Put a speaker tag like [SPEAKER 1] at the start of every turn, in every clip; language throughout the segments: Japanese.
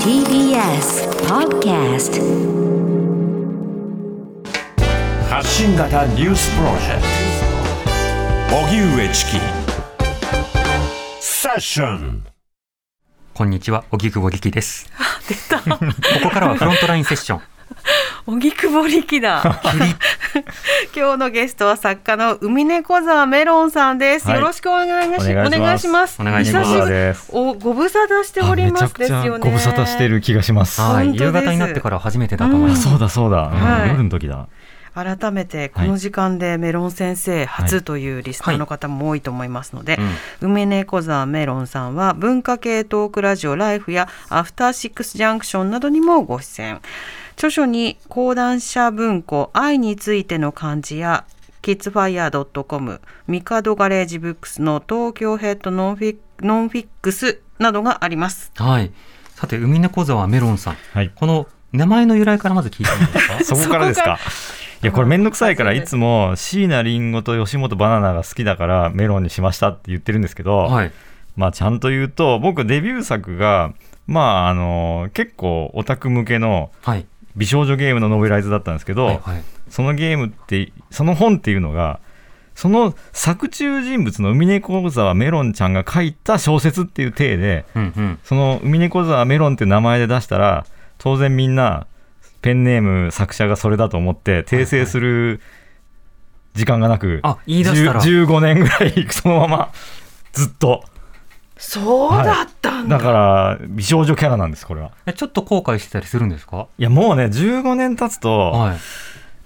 [SPEAKER 1] TBS Podcast
[SPEAKER 2] 発信型ニュースプロジェクト荻上チキセッション
[SPEAKER 3] こんにちは、おぎくぼぎきです。出た。ここからはフロントラインセッ ション。
[SPEAKER 4] 荻窪力だ。今日のゲストは作家の海猫沢メロンさんです。
[SPEAKER 5] はい
[SPEAKER 4] よろしくお願いし
[SPEAKER 5] お願いします
[SPEAKER 4] ます。
[SPEAKER 3] お願いします
[SPEAKER 4] 久ぶり
[SPEAKER 5] です
[SPEAKER 4] おご無沙汰しております
[SPEAKER 5] あめ
[SPEAKER 4] で
[SPEAKER 5] ち
[SPEAKER 4] す
[SPEAKER 5] ゃくち
[SPEAKER 4] よね。
[SPEAKER 5] ゃご無沙汰して。る気がします。
[SPEAKER 3] は
[SPEAKER 4] 本当
[SPEAKER 3] い、
[SPEAKER 4] です
[SPEAKER 3] 夕方になってから初めてだと思い
[SPEAKER 4] うん
[SPEAKER 3] ま
[SPEAKER 5] あ
[SPEAKER 3] す。
[SPEAKER 5] そうだそうだ、うん
[SPEAKER 4] はい
[SPEAKER 5] 夜の時だ。
[SPEAKER 4] 改めてこの時間でメロン先生初というリスナーの方も多いと思いますので、梅猫沢メロンさんは文化系トークラジオライフやアフターシックスジャンクションなどにもご出演著書に講談社文庫愛についての漢字やキッズファイヤー .com ミカドガレージブックスの東京ヘッドノンフィノンフィックスなどがあります
[SPEAKER 3] はい。さて、海猫沢メロンさん。
[SPEAKER 5] はい。
[SPEAKER 3] この名前の由来からまず聞いてみます か
[SPEAKER 5] そこからですか。いやこれめんどくさいからいつも椎名林檎と吉本バナナが好きだからメロンにしましたって言ってるんですけど、
[SPEAKER 3] はい。
[SPEAKER 5] まあちゃんと言うと僕デビュー作がまああの結構オタク向けの
[SPEAKER 3] はい。
[SPEAKER 5] 美少女ゲームのノベライズだったんですけど、
[SPEAKER 3] はい。はい
[SPEAKER 5] そのゲームってその本っていうのがその作中人物の海猫沢メロンちゃんが書いた小説っていう体で
[SPEAKER 3] うんうん。
[SPEAKER 5] その海猫沢メロンっていう名前で出したら当然みんなペンネーム作者がそれだと思って訂正する時間がなく、
[SPEAKER 3] あ言い出したら
[SPEAKER 5] 10 15年ぐらい そのままずっと
[SPEAKER 4] そうだったんだ、
[SPEAKER 5] だから美少女キャラなんですこれは
[SPEAKER 3] えちょっと後悔してたりするんですか
[SPEAKER 5] いやもうね15年経つと
[SPEAKER 3] はい。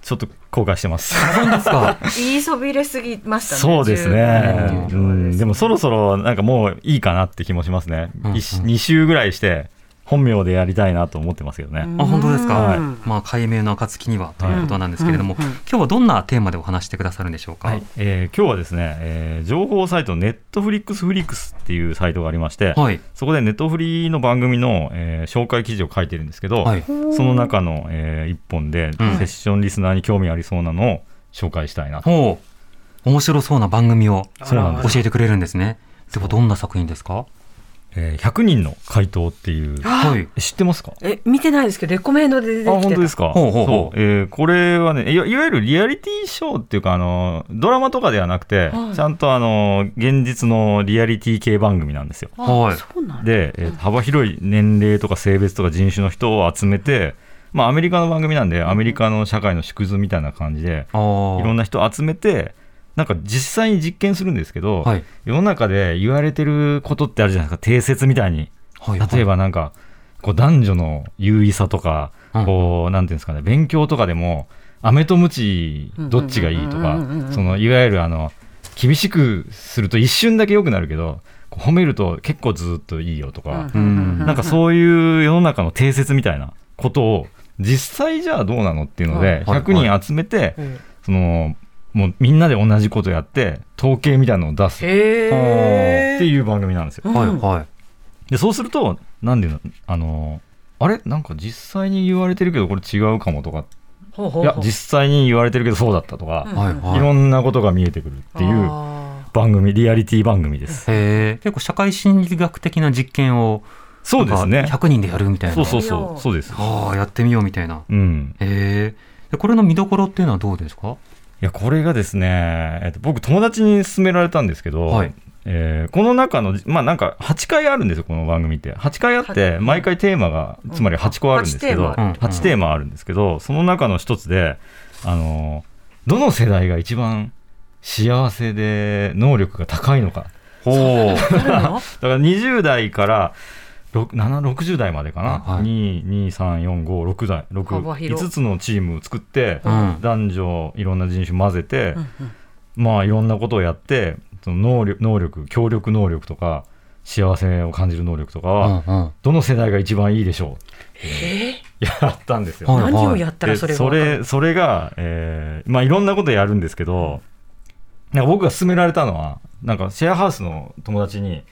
[SPEAKER 5] ちょっと後悔してます、
[SPEAKER 3] そうですか。
[SPEAKER 4] 言いそびれすぎましたね
[SPEAKER 5] そうですね、う
[SPEAKER 3] 15
[SPEAKER 5] ん、でもそろそろなんかもういいかなって気もしますね、
[SPEAKER 3] うんうん
[SPEAKER 5] 2週ぐらいして本名でやりたいなと思ってますけどね、
[SPEAKER 3] あ、本当ですか。
[SPEAKER 5] はい
[SPEAKER 3] まあ、解明の暁にはということなんですけれども、
[SPEAKER 4] うんうんうん
[SPEAKER 3] 今日はどんなテーマでお話してくださるんでしょうか。
[SPEAKER 5] はいえー今日はですね、えー情報サイト、ネットフリックスフリックスっていうサイトがありまして、
[SPEAKER 3] はい。
[SPEAKER 5] そこでネットフリの番組の、えー紹介記事を書いてるんですけど、
[SPEAKER 3] はい。
[SPEAKER 5] その中の、え1本で、
[SPEAKER 3] うん
[SPEAKER 5] セッションリスナーに興味ありそうなのを紹介したいなと。
[SPEAKER 3] ほう。面白そうな番組を
[SPEAKER 5] そうなんです
[SPEAKER 3] 教えてくれるんですね。ではどんな作品ですか
[SPEAKER 5] えー100人の回答っていう、
[SPEAKER 3] はい。
[SPEAKER 5] え知ってますか
[SPEAKER 4] え見てないですけどレコメンドで出てき
[SPEAKER 5] あ
[SPEAKER 4] てた
[SPEAKER 5] 本当ですか
[SPEAKER 3] ほうほうほ
[SPEAKER 5] そう、えーこれはねいわいわゆるリアリティショーっていうかあのドラマとかではなくて、
[SPEAKER 4] はい
[SPEAKER 5] ちゃんとあの現実のリアリティ系番組なんですよ
[SPEAKER 4] あ
[SPEAKER 3] はい
[SPEAKER 4] そうなんだ
[SPEAKER 5] で、えー幅広い年齢とか性別とか人種の人を集めて、まあ、アメリカの番組なんでアメリカの社会の縮図みたいな感じで
[SPEAKER 3] ああ。
[SPEAKER 5] いろんな人を集めてなんか実際に実験するんですけど、
[SPEAKER 3] はい。
[SPEAKER 5] 世の中で言われてることってあるじゃないですか定説みたいに
[SPEAKER 3] はい。
[SPEAKER 5] 例えばなんかこう男女の優位さとか
[SPEAKER 3] うん
[SPEAKER 5] こうなんていうんですかね勉強とかでも飴とムチどっちがいいとか
[SPEAKER 4] うんうんうんうんうん
[SPEAKER 5] そのいわゆるあの厳しくすると一瞬だけ良くなるけどこう褒めると結構ずっといいよとか
[SPEAKER 3] う、ん
[SPEAKER 5] なんかそういう世の中の定説みたいなことを実際じゃあどうなのっていうので
[SPEAKER 3] はい
[SPEAKER 5] 100人集めて
[SPEAKER 4] うん
[SPEAKER 5] そのもうみんなで同じことやって統計みたいなのを出すっ
[SPEAKER 4] へ
[SPEAKER 5] て
[SPEAKER 4] え
[SPEAKER 5] いう番組なんですよ。
[SPEAKER 3] はい。はい。
[SPEAKER 5] でそうするとなんであのあれなんか実際に言われてるけどこれ違うかもとか
[SPEAKER 4] ほうほ
[SPEAKER 5] いうや
[SPEAKER 4] ほう
[SPEAKER 5] 実際に言われてるけどそうだったとか、
[SPEAKER 3] はい。
[SPEAKER 5] い
[SPEAKER 3] は
[SPEAKER 5] ろんなことが見えてくるっていう
[SPEAKER 4] あ
[SPEAKER 5] 番組リアリティ番組です。
[SPEAKER 3] い。へえ。結構社会心理学的な実験を、
[SPEAKER 5] そうですね
[SPEAKER 3] なんか100人でやるみたいな。
[SPEAKER 5] そうそうそうそうです。
[SPEAKER 3] ああ、やってみようみたいな。
[SPEAKER 5] うん、
[SPEAKER 3] へえ。でこれの見どころっていうのはどうですか
[SPEAKER 5] いやこれがですね、えっと、僕友達に勧められたんですけど、
[SPEAKER 3] はい。
[SPEAKER 5] えーこの中のまあなんか8回あるんですよこの番組って8回あって毎回テーマがつまり8個あるんですけ
[SPEAKER 4] う
[SPEAKER 5] ど、
[SPEAKER 4] ん
[SPEAKER 3] うん
[SPEAKER 5] 8テーマあるんですけどその中の一つであのーどの世代が一番幸せで能力が高いのか
[SPEAKER 3] ほう。
[SPEAKER 5] だから20代から760代までかな、
[SPEAKER 3] はい
[SPEAKER 5] 22345代
[SPEAKER 4] 幅広
[SPEAKER 5] 6 5つのチームを作って、
[SPEAKER 3] うん
[SPEAKER 5] 男女いろんな人種混ぜて、
[SPEAKER 4] うんうん
[SPEAKER 5] まあいろんなことをやってその能力能力協力能力とか幸せを感じる能力とか
[SPEAKER 3] う
[SPEAKER 5] は、
[SPEAKER 3] んうん。
[SPEAKER 5] どの世代が一番いいでしょうやったんですよ。
[SPEAKER 3] はいはい
[SPEAKER 4] 何をやったら
[SPEAKER 5] で
[SPEAKER 4] それが
[SPEAKER 5] それそれが、えーまあ、いろんなことやるんですけどなんか僕が勧められたのはなんかシェアハウスの友達に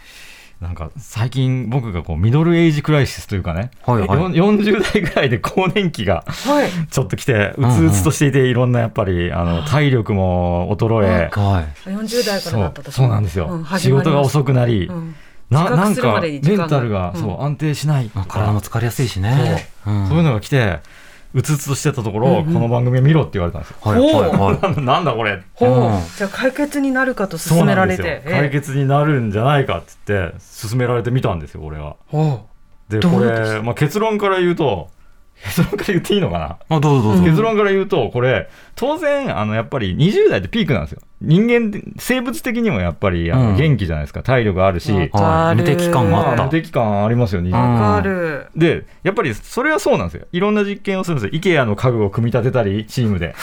[SPEAKER 5] なんか最近僕がこうミドルエイジクライシスというかね、
[SPEAKER 3] はいはい
[SPEAKER 5] よん40代ぐらいで更年期が
[SPEAKER 4] はい
[SPEAKER 5] ちょっと来てうつうつとしていていろんなやっぱりあの体力も衰え
[SPEAKER 3] はい。
[SPEAKER 4] 40代からだった
[SPEAKER 5] そうそうなんですよ、仕事が遅
[SPEAKER 4] く
[SPEAKER 5] くなり、
[SPEAKER 4] うん
[SPEAKER 5] な
[SPEAKER 4] 自
[SPEAKER 5] な
[SPEAKER 4] 覚
[SPEAKER 5] ん
[SPEAKER 4] するま
[SPEAKER 5] か
[SPEAKER 4] でに
[SPEAKER 5] メ
[SPEAKER 4] 時間が
[SPEAKER 5] ンタルが、
[SPEAKER 4] うん
[SPEAKER 5] そう安定しない
[SPEAKER 3] まあ体も疲れやすいしね。
[SPEAKER 5] そう,、
[SPEAKER 3] ん
[SPEAKER 5] そういうのが来てうつうつとしてたところ、
[SPEAKER 4] うんうん
[SPEAKER 5] この番組見ろって言われたんですよ
[SPEAKER 3] はいはいはい。
[SPEAKER 5] なんだこれ
[SPEAKER 4] ほう、
[SPEAKER 3] うん
[SPEAKER 4] じゃあ解決になるかと
[SPEAKER 5] そう
[SPEAKER 4] 勧め
[SPEAKER 5] な
[SPEAKER 4] ら
[SPEAKER 5] んで
[SPEAKER 4] れ
[SPEAKER 5] すよ
[SPEAKER 4] て
[SPEAKER 5] 解決になるんじゃないかって言って勧められてみたんですよ俺は
[SPEAKER 4] ほ
[SPEAKER 5] で
[SPEAKER 4] ど
[SPEAKER 5] こ
[SPEAKER 4] うでし
[SPEAKER 5] れ、まあ、結論から言うと結論から言っていいのかな
[SPEAKER 3] あどうぞどうぞ。
[SPEAKER 5] 結論から言うと、これ、当然、あのやっぱり20代ってピークなんですよ、人間って、生物的にもやっぱりあ
[SPEAKER 3] う
[SPEAKER 5] の
[SPEAKER 3] ん
[SPEAKER 5] 元気じゃないですか、体力あるし、
[SPEAKER 4] うん
[SPEAKER 3] はい、無敵感があっ
[SPEAKER 5] 無
[SPEAKER 3] た。
[SPEAKER 5] 敵感ありますよ、20
[SPEAKER 4] う
[SPEAKER 5] 代。
[SPEAKER 4] わかる、
[SPEAKER 5] で、やっぱりそれはそうなんですよ、いろんな実験をするんですよ、IKEA の家具を組み立てたり、チームで。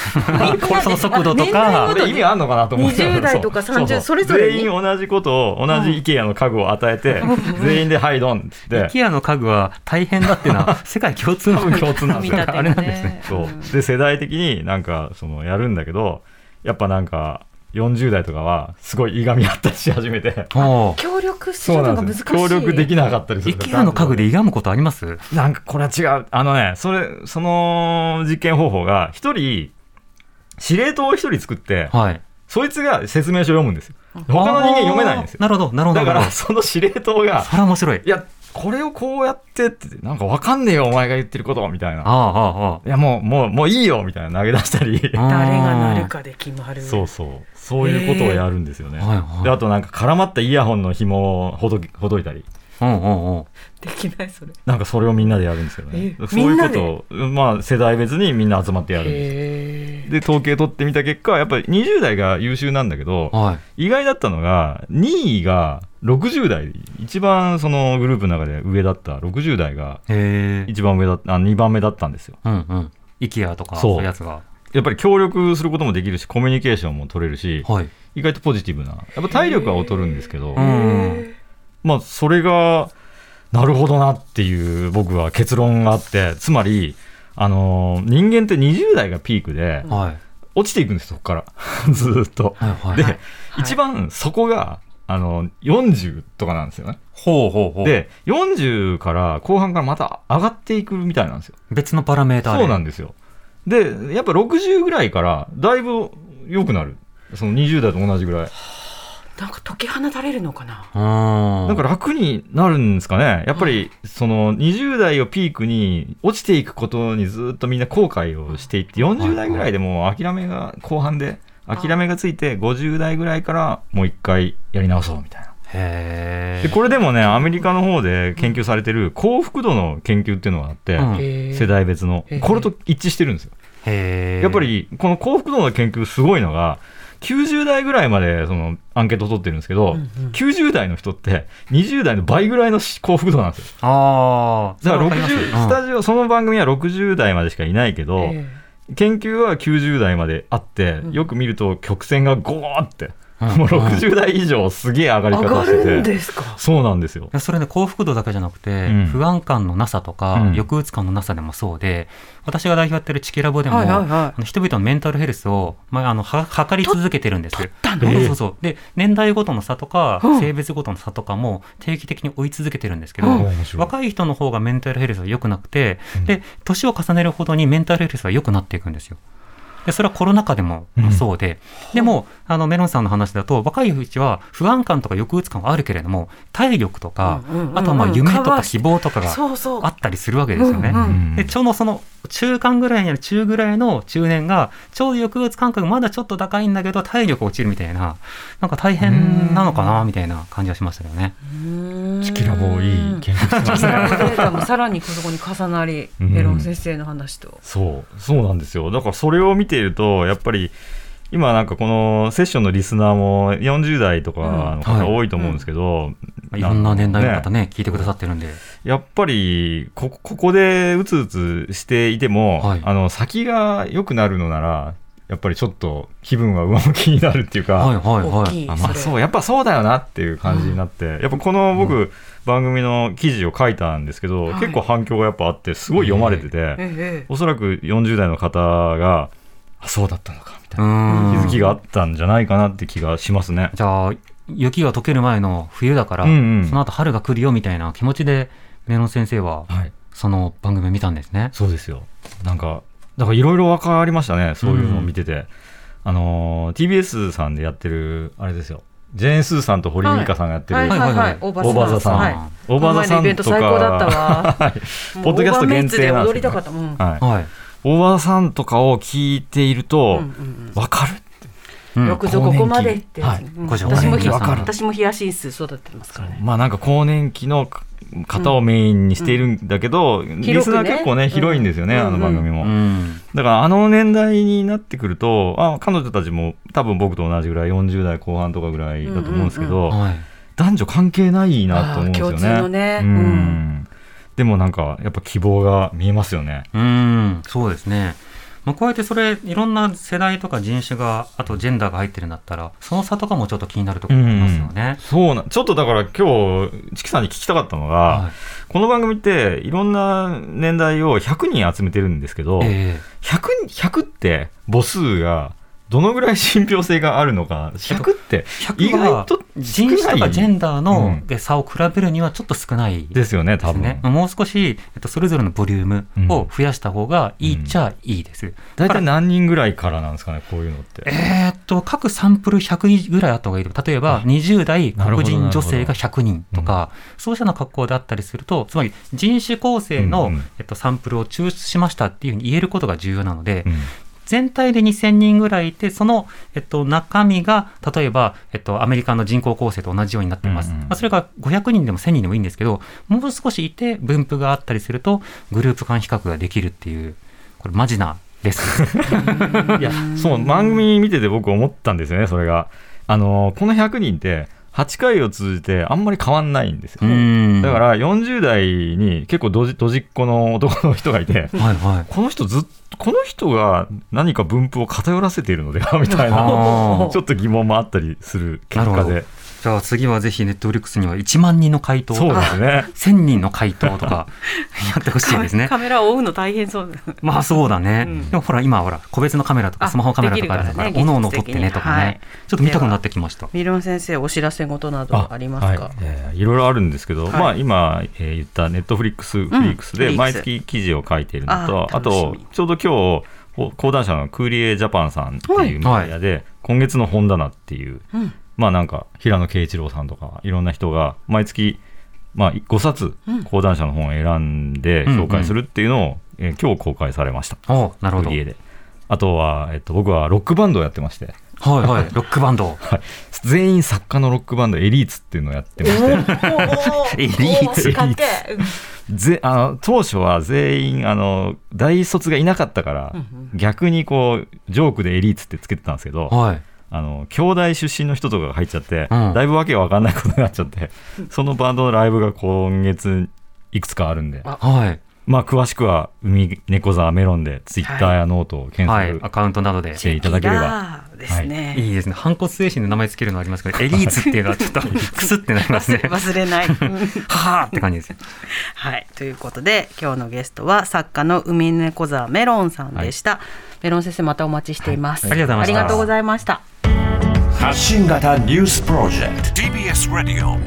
[SPEAKER 3] これその速度と
[SPEAKER 4] 年代
[SPEAKER 3] か
[SPEAKER 4] ご
[SPEAKER 5] ことれ
[SPEAKER 4] に
[SPEAKER 5] 意味あんのかなと思って
[SPEAKER 4] 20代とか30
[SPEAKER 5] うう
[SPEAKER 4] それぞれに
[SPEAKER 5] 全員同じことを、同じ IKEA の家具を与えて、全員で、はい、ドンって言って。
[SPEAKER 3] IKEA の家具は大変だっていうのは世界共通の
[SPEAKER 5] 多分共通なんです
[SPEAKER 4] 組み
[SPEAKER 5] よ
[SPEAKER 4] 立 て
[SPEAKER 3] あ
[SPEAKER 4] が
[SPEAKER 3] れなんです ね
[SPEAKER 5] そう
[SPEAKER 4] うん
[SPEAKER 5] で世代的になんかそのやるんだけどやっぱなんか40代とかはすごいいがみ合ったりし始めて
[SPEAKER 3] おう
[SPEAKER 4] 協力するのが難しい
[SPEAKER 5] 協力できなかったりする
[SPEAKER 3] IKEA の家具で歪むことあります
[SPEAKER 5] なんかこれは違うあのねそれその実験方法が一人司令塔を一人作って
[SPEAKER 3] はい
[SPEAKER 5] そいつが説明書を読むんですよ他の人間読めないんです
[SPEAKER 3] あ
[SPEAKER 5] よ
[SPEAKER 3] ーなるほどなるほど
[SPEAKER 5] だか
[SPEAKER 3] なる
[SPEAKER 5] ら
[SPEAKER 3] ほ
[SPEAKER 5] その司令塔
[SPEAKER 3] ど
[SPEAKER 5] が
[SPEAKER 3] それは面白い
[SPEAKER 5] いやこれをこうやってってなんかわかんねえよお前が言ってることみたい
[SPEAKER 3] あ
[SPEAKER 5] な
[SPEAKER 3] ああああ
[SPEAKER 5] いやもうもうもういいよみたいな投げ出したり
[SPEAKER 3] あ
[SPEAKER 4] 誰がなるかで決まる
[SPEAKER 5] そうそうそういうことをやるんですよね、
[SPEAKER 3] えーはいはい
[SPEAKER 5] であとなんか絡まったイヤホンの紐をほどきほどいたり
[SPEAKER 3] うんうんうん
[SPEAKER 4] できないそれ
[SPEAKER 5] なんかそれをみんなでやるんですよね、
[SPEAKER 4] えー
[SPEAKER 5] そういうことをまあ世代別にみんな集まってやるんです
[SPEAKER 4] へ
[SPEAKER 5] で統計取ってみた結果やっぱり20代が優秀なんだけど
[SPEAKER 3] はい
[SPEAKER 5] 意外だったのが2位が60代一番そのグループの中で上だった60代が
[SPEAKER 3] へえ
[SPEAKER 5] 一番上だったあ2番目だったんですよ
[SPEAKER 3] うんうん IKEA とか
[SPEAKER 5] そう
[SPEAKER 3] そういうやつが
[SPEAKER 5] やっぱり協力することもできるしコミュニケーションも取れるし
[SPEAKER 3] はい
[SPEAKER 5] 意外とポジティブなやっぱ体力は劣るんですけど、
[SPEAKER 3] うん
[SPEAKER 5] まあ、それがなるほどなっていう僕は結論があってつまり、あのー人間って20代がピークで
[SPEAKER 3] はい
[SPEAKER 5] 落ちていくんですそこから ずーっと。
[SPEAKER 3] はいはい
[SPEAKER 5] で、
[SPEAKER 3] はい
[SPEAKER 5] 一番そこがあの40とかなんですよね。
[SPEAKER 3] ほうほうほう
[SPEAKER 5] で40から後半からまた上がっていくみたいなんですよ。
[SPEAKER 3] 別のパラメーターで
[SPEAKER 5] そうなんですよ。でやっぱ60ぐらいからだいぶ良くなるその20代と同じぐらい。
[SPEAKER 4] なんか解き放たれるのかな
[SPEAKER 3] うん
[SPEAKER 5] なんか楽になるんですかね、やっぱりその20代をピークに落ちていくことにずっとみんな後悔をしていって、40代ぐらいでもう諦めが、後半で諦めがついて、50代ぐらいからもう一回やり直そうみたいな。
[SPEAKER 3] へ
[SPEAKER 5] でこれでもね、アメリカの方で研究されてる幸福度の研究っていうのがあって、
[SPEAKER 3] うん
[SPEAKER 5] 世代別の
[SPEAKER 4] へえ、
[SPEAKER 5] これと一致してるんですよ。
[SPEAKER 3] えへえ
[SPEAKER 5] やっぱりこの幸福度の研究、すごいのが、90代ぐらいまでそのアンケート取ってるんですけど、
[SPEAKER 4] うんうん
[SPEAKER 5] 90代の人って、20代の倍ぐらいのし幸福度なんですよ。
[SPEAKER 3] ああ
[SPEAKER 5] だから
[SPEAKER 3] わります
[SPEAKER 5] 60、
[SPEAKER 3] うん
[SPEAKER 5] スタジオ、その番組は60代までしかいないけど、
[SPEAKER 4] え
[SPEAKER 5] 研究は90代まであって、
[SPEAKER 4] ん
[SPEAKER 5] よく見ると曲線がゴーって、
[SPEAKER 3] うん
[SPEAKER 5] もう60代以上すげえ上が
[SPEAKER 4] え
[SPEAKER 5] り
[SPEAKER 4] 上
[SPEAKER 5] 方
[SPEAKER 4] が
[SPEAKER 5] してて。
[SPEAKER 4] るんですか
[SPEAKER 5] そうなんですよ
[SPEAKER 3] い。やそれね幸福度だけじゃなくて、
[SPEAKER 5] うん
[SPEAKER 3] 不安感のなさとか、
[SPEAKER 5] うん
[SPEAKER 3] 抑うつ感のなさでもそうで私が代表やってるチキラボでも、
[SPEAKER 4] はいはいはい
[SPEAKER 3] あの人々のメンタルヘルスを、まあ、あのは測り続けてるんですよ。
[SPEAKER 4] た
[SPEAKER 5] の
[SPEAKER 3] そうそうそうで年代ごとの差とか、
[SPEAKER 4] うん
[SPEAKER 3] 性別ごとの差とかも定期的に追い続けてるんですけど、
[SPEAKER 4] うん
[SPEAKER 5] 面白い
[SPEAKER 3] 若い人の方がメンタルヘルスが良くなくて、で年を重ねるほどにメンタルヘルスが良くなっていくんですよ。でそれはコロナ禍でも
[SPEAKER 5] うん
[SPEAKER 3] そうで、でもあのメロンさんの話だと若いうちは不安感とか抑うつ感はあるけれども体力とか、
[SPEAKER 4] うんうんうん
[SPEAKER 3] あとはまあ夢と
[SPEAKER 4] かわ
[SPEAKER 3] か
[SPEAKER 4] して
[SPEAKER 3] 希望とかが
[SPEAKER 4] そうそう
[SPEAKER 3] あったりするわけですよね。
[SPEAKER 4] うんうん
[SPEAKER 5] うん
[SPEAKER 3] でちょうどその中間ぐらいにある中ぐらいの中年がちょうど抑うつ感覚まだちょっと高いんだけど体力落ちるみたいななんか大変なのかなみたいな感じがしましたよね。
[SPEAKER 5] チキラボいい研究してます
[SPEAKER 4] デ
[SPEAKER 5] ね。
[SPEAKER 4] ータも さらにそこに重なり、
[SPEAKER 5] うん
[SPEAKER 4] メロン先生の話と。
[SPEAKER 5] そう、そうなんですよ。だからそれを見ていると、やっぱり、今なんかこのセッションのリスナーも40代とかの
[SPEAKER 3] うんは
[SPEAKER 5] 方
[SPEAKER 3] い
[SPEAKER 5] 多いと思うんですけど、
[SPEAKER 3] まあいろんな年代の方ね聞いてくださってるんで。
[SPEAKER 5] やっぱりこ、ここでうつうつしていても、
[SPEAKER 3] はい
[SPEAKER 5] あの、先が良くなるのなら、やっぱりちょっと気分は上向きになるっていうか、
[SPEAKER 3] はいはい
[SPEAKER 4] 大
[SPEAKER 3] は
[SPEAKER 4] きい
[SPEAKER 3] い。
[SPEAKER 5] あまあ
[SPEAKER 4] それ
[SPEAKER 5] そうやっぱそうだよなっていう感じになって、やっぱこの僕、番組の記事を書いたんですけど、
[SPEAKER 4] はい
[SPEAKER 5] 結構反響がやっぱあってすごい読まれてて、
[SPEAKER 4] ええええ
[SPEAKER 5] おそらく40代の方があそうだったのかみたいな
[SPEAKER 3] うん
[SPEAKER 5] 気づきがあったんじゃないかなって気がしますね。
[SPEAKER 3] じゃあ雪が溶ける前の冬だから、
[SPEAKER 5] うんうん
[SPEAKER 3] その後春が来るよみたいな気持ちでメロン先生は
[SPEAKER 5] はい、
[SPEAKER 3] その番組を見たんですね。
[SPEAKER 5] そうですよ。なんか、だからいろいろ分かりましたね、そういうのを見てて。あのー TBS さんでやってる、あれですよ、ジェーン・スーさんと堀井美香さんがやってる、
[SPEAKER 4] はいはいはい
[SPEAKER 3] は
[SPEAKER 4] はいい
[SPEAKER 3] はい
[SPEAKER 4] オーバ
[SPEAKER 5] オーバ
[SPEAKER 4] ー
[SPEAKER 5] ーザさん、
[SPEAKER 4] さん。はい
[SPEAKER 5] オーバーザ
[SPEAKER 4] この前の
[SPEAKER 5] さんとか
[SPEAKER 4] イベント最高だったわ
[SPEAKER 5] はい
[SPEAKER 4] もう
[SPEAKER 5] ポッドキャス
[SPEAKER 4] オ
[SPEAKER 5] ト限定なん
[SPEAKER 4] ーバーメイツで
[SPEAKER 5] です
[SPEAKER 4] 踊
[SPEAKER 5] け
[SPEAKER 4] り
[SPEAKER 5] ど
[SPEAKER 4] たかった。うん。
[SPEAKER 5] はい
[SPEAKER 3] はい。
[SPEAKER 5] 大和田さんとかを聞いていると、わ、
[SPEAKER 4] うんうん
[SPEAKER 5] かる
[SPEAKER 3] うん
[SPEAKER 4] うんよくぞここまで行って、
[SPEAKER 5] はい
[SPEAKER 4] うん
[SPEAKER 3] ご承
[SPEAKER 4] 私も
[SPEAKER 5] 認わかる
[SPEAKER 4] 私もヒヤシンス育ててますからね。
[SPEAKER 5] まあなんか更年期の方をメインにしているんだけど、リスナー結構
[SPEAKER 4] 広くね
[SPEAKER 5] ね広いんですよね、
[SPEAKER 4] うん
[SPEAKER 5] あの番組も、
[SPEAKER 3] うん。
[SPEAKER 5] だからあの年代になってくるとあ彼女たちも多分僕と同じぐらい40代後半とかぐらいだと思うんですけど、
[SPEAKER 3] はい。
[SPEAKER 5] 男女関係ないなと思うんですよね
[SPEAKER 4] あー共通のね
[SPEAKER 5] うん
[SPEAKER 4] うん
[SPEAKER 5] でもなんかやっぱ希望が見えますよね
[SPEAKER 3] うん、そうですね。まあ、こうやってそれ、いろんな世代とか人種が、あとジェンダーが入ってるんだったら、その差とかもちょっと気になるところありますよね。
[SPEAKER 5] そうなちょっとだから今日チキさんに聞きたかったのが、
[SPEAKER 3] は
[SPEAKER 5] この番組っていろんな年代を100人集めてるんですけど、
[SPEAKER 3] い。え
[SPEAKER 5] 100, 100って母数がどのぐらい信憑性があるのか100って
[SPEAKER 3] ー、
[SPEAKER 5] 意
[SPEAKER 3] 100
[SPEAKER 5] 外
[SPEAKER 3] が
[SPEAKER 5] と少
[SPEAKER 3] 人種と
[SPEAKER 5] な
[SPEAKER 3] か
[SPEAKER 5] い
[SPEAKER 3] ジェンダー
[SPEAKER 5] う
[SPEAKER 3] の
[SPEAKER 5] ん
[SPEAKER 3] で差を比べるにはちょっと少ないで
[SPEAKER 5] ですよね多
[SPEAKER 3] す
[SPEAKER 5] 分
[SPEAKER 3] ね。もう少し、えっと、それぞれのボリュームを増やした方がいいっちゃいいです。だ
[SPEAKER 5] 大
[SPEAKER 3] か
[SPEAKER 5] 体
[SPEAKER 3] ら
[SPEAKER 5] 何人ぐらいからなんですかねこういうのって
[SPEAKER 3] えーっと各サンプル100ぐらいあった方がいいと例えば20代
[SPEAKER 5] な
[SPEAKER 3] 黒
[SPEAKER 5] るほど
[SPEAKER 3] 人女性が100人とか、そうしたような格好であったりするとつまり人種構成の、
[SPEAKER 5] うんうん
[SPEAKER 3] えっと、サンプルを抽出しましたっていうふうに言えることが重要なので、
[SPEAKER 5] うん
[SPEAKER 3] 全体で2000人ぐらいいてその、えっと、中身が例えば、えっと、アメリカの人口構成と同じようになってます、
[SPEAKER 5] うんうん
[SPEAKER 3] まあ、それが500人でも1000人でもいいんですけどもう少しいて分布があったりするとグループ間比較ができるっていうこれマジなレッス ン
[SPEAKER 5] いやそう番組見てて僕思ったんですよねそれがあのこの100人って8回を通じてあんまり変わんないんですよ、
[SPEAKER 3] うん
[SPEAKER 5] だから40代に結構ドジドジっ子の男の人がいて
[SPEAKER 3] はいはい
[SPEAKER 5] この人ずっとこの人が何か分布を偏らせているのではみたいな
[SPEAKER 3] あー
[SPEAKER 5] ちょっと疑問もあったりする結果
[SPEAKER 3] な
[SPEAKER 5] で
[SPEAKER 3] るじゃあ次はぜひネットフリックスには1万人の回答
[SPEAKER 5] そうですね
[SPEAKER 3] 1000人の回答とかやってほしいですね
[SPEAKER 4] カ。メラを追うの大変そうだ。
[SPEAKER 3] まあそうだね、
[SPEAKER 4] うん
[SPEAKER 3] でもほら今はほら個別のカメラとか
[SPEAKER 4] あ
[SPEAKER 3] スマホカメラとかあるから
[SPEAKER 4] できるからね
[SPEAKER 3] おのおの撮ってねとかね、
[SPEAKER 4] はい
[SPEAKER 3] ちょっと見たくなってきました。
[SPEAKER 4] ミロン先生お知らせ事などありますか
[SPEAKER 5] はい。えーいろいろあるんですけど、
[SPEAKER 4] はい
[SPEAKER 5] まあ、今、えー言ったネットフリックス、フリックス
[SPEAKER 4] フリック
[SPEAKER 5] で
[SPEAKER 4] ス
[SPEAKER 5] 毎月記事を書いているのと、
[SPEAKER 4] あ
[SPEAKER 5] あ
[SPEAKER 4] 楽しみ
[SPEAKER 5] と、ちょうど今日、お講談社のクーリエジャパンさんっていうメディアで、今月の本棚っていう、
[SPEAKER 4] うん
[SPEAKER 5] まあなんか、平野啓一郎さんとか、いろんな人が、毎月、まあ、5冊
[SPEAKER 4] うん、
[SPEAKER 5] 講談社の本を選んで紹介するっていうのを、えー今日公開されました。
[SPEAKER 3] おなるほ
[SPEAKER 5] ク
[SPEAKER 3] ど。
[SPEAKER 5] ーリエ
[SPEAKER 3] はい
[SPEAKER 5] で。あとは、えっと、僕はロックバンドをやってまして、
[SPEAKER 3] はい、ロックバンド。
[SPEAKER 5] はい全員作家のロックバンド、エリーツっていうのをやってまして、
[SPEAKER 4] お
[SPEAKER 3] エリート
[SPEAKER 4] お仕掛け
[SPEAKER 5] ぜあの当初は全員あの大卒がいなかったから、逆にこうジョークでエリーツってつけてたんですけど、
[SPEAKER 3] はい。
[SPEAKER 5] あの兄弟出身の人とかが入っちゃって、
[SPEAKER 3] うん
[SPEAKER 5] だいぶわけわかんないことになっちゃって そのバンドのライブが今月いくつかあるんで
[SPEAKER 4] あ
[SPEAKER 3] はい。
[SPEAKER 5] まあ詳しくは「海猫沢メロン」でツイッターやノートを検
[SPEAKER 3] はい
[SPEAKER 5] 索、。
[SPEAKER 3] アカウントなどで
[SPEAKER 5] し。ていただければ。
[SPEAKER 4] ラーですね。
[SPEAKER 3] いいですね。反骨精神で名前つけるのありますけど、エリーツっていうのはちょっとクスってなりますね。
[SPEAKER 4] 忘れない。 うん
[SPEAKER 3] はぁって感じです。
[SPEAKER 4] はい、ということで今日のゲストは作家の海猫座メロンさんでした、メロン先生またお待ちしています、
[SPEAKER 3] はいありがとうございました
[SPEAKER 4] ありがとうございました
[SPEAKER 2] 発信型ニュースプロジェクト
[SPEAKER 6] TBS Radio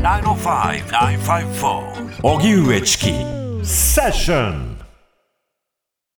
[SPEAKER 6] 905-954
[SPEAKER 2] 荻上チキセッション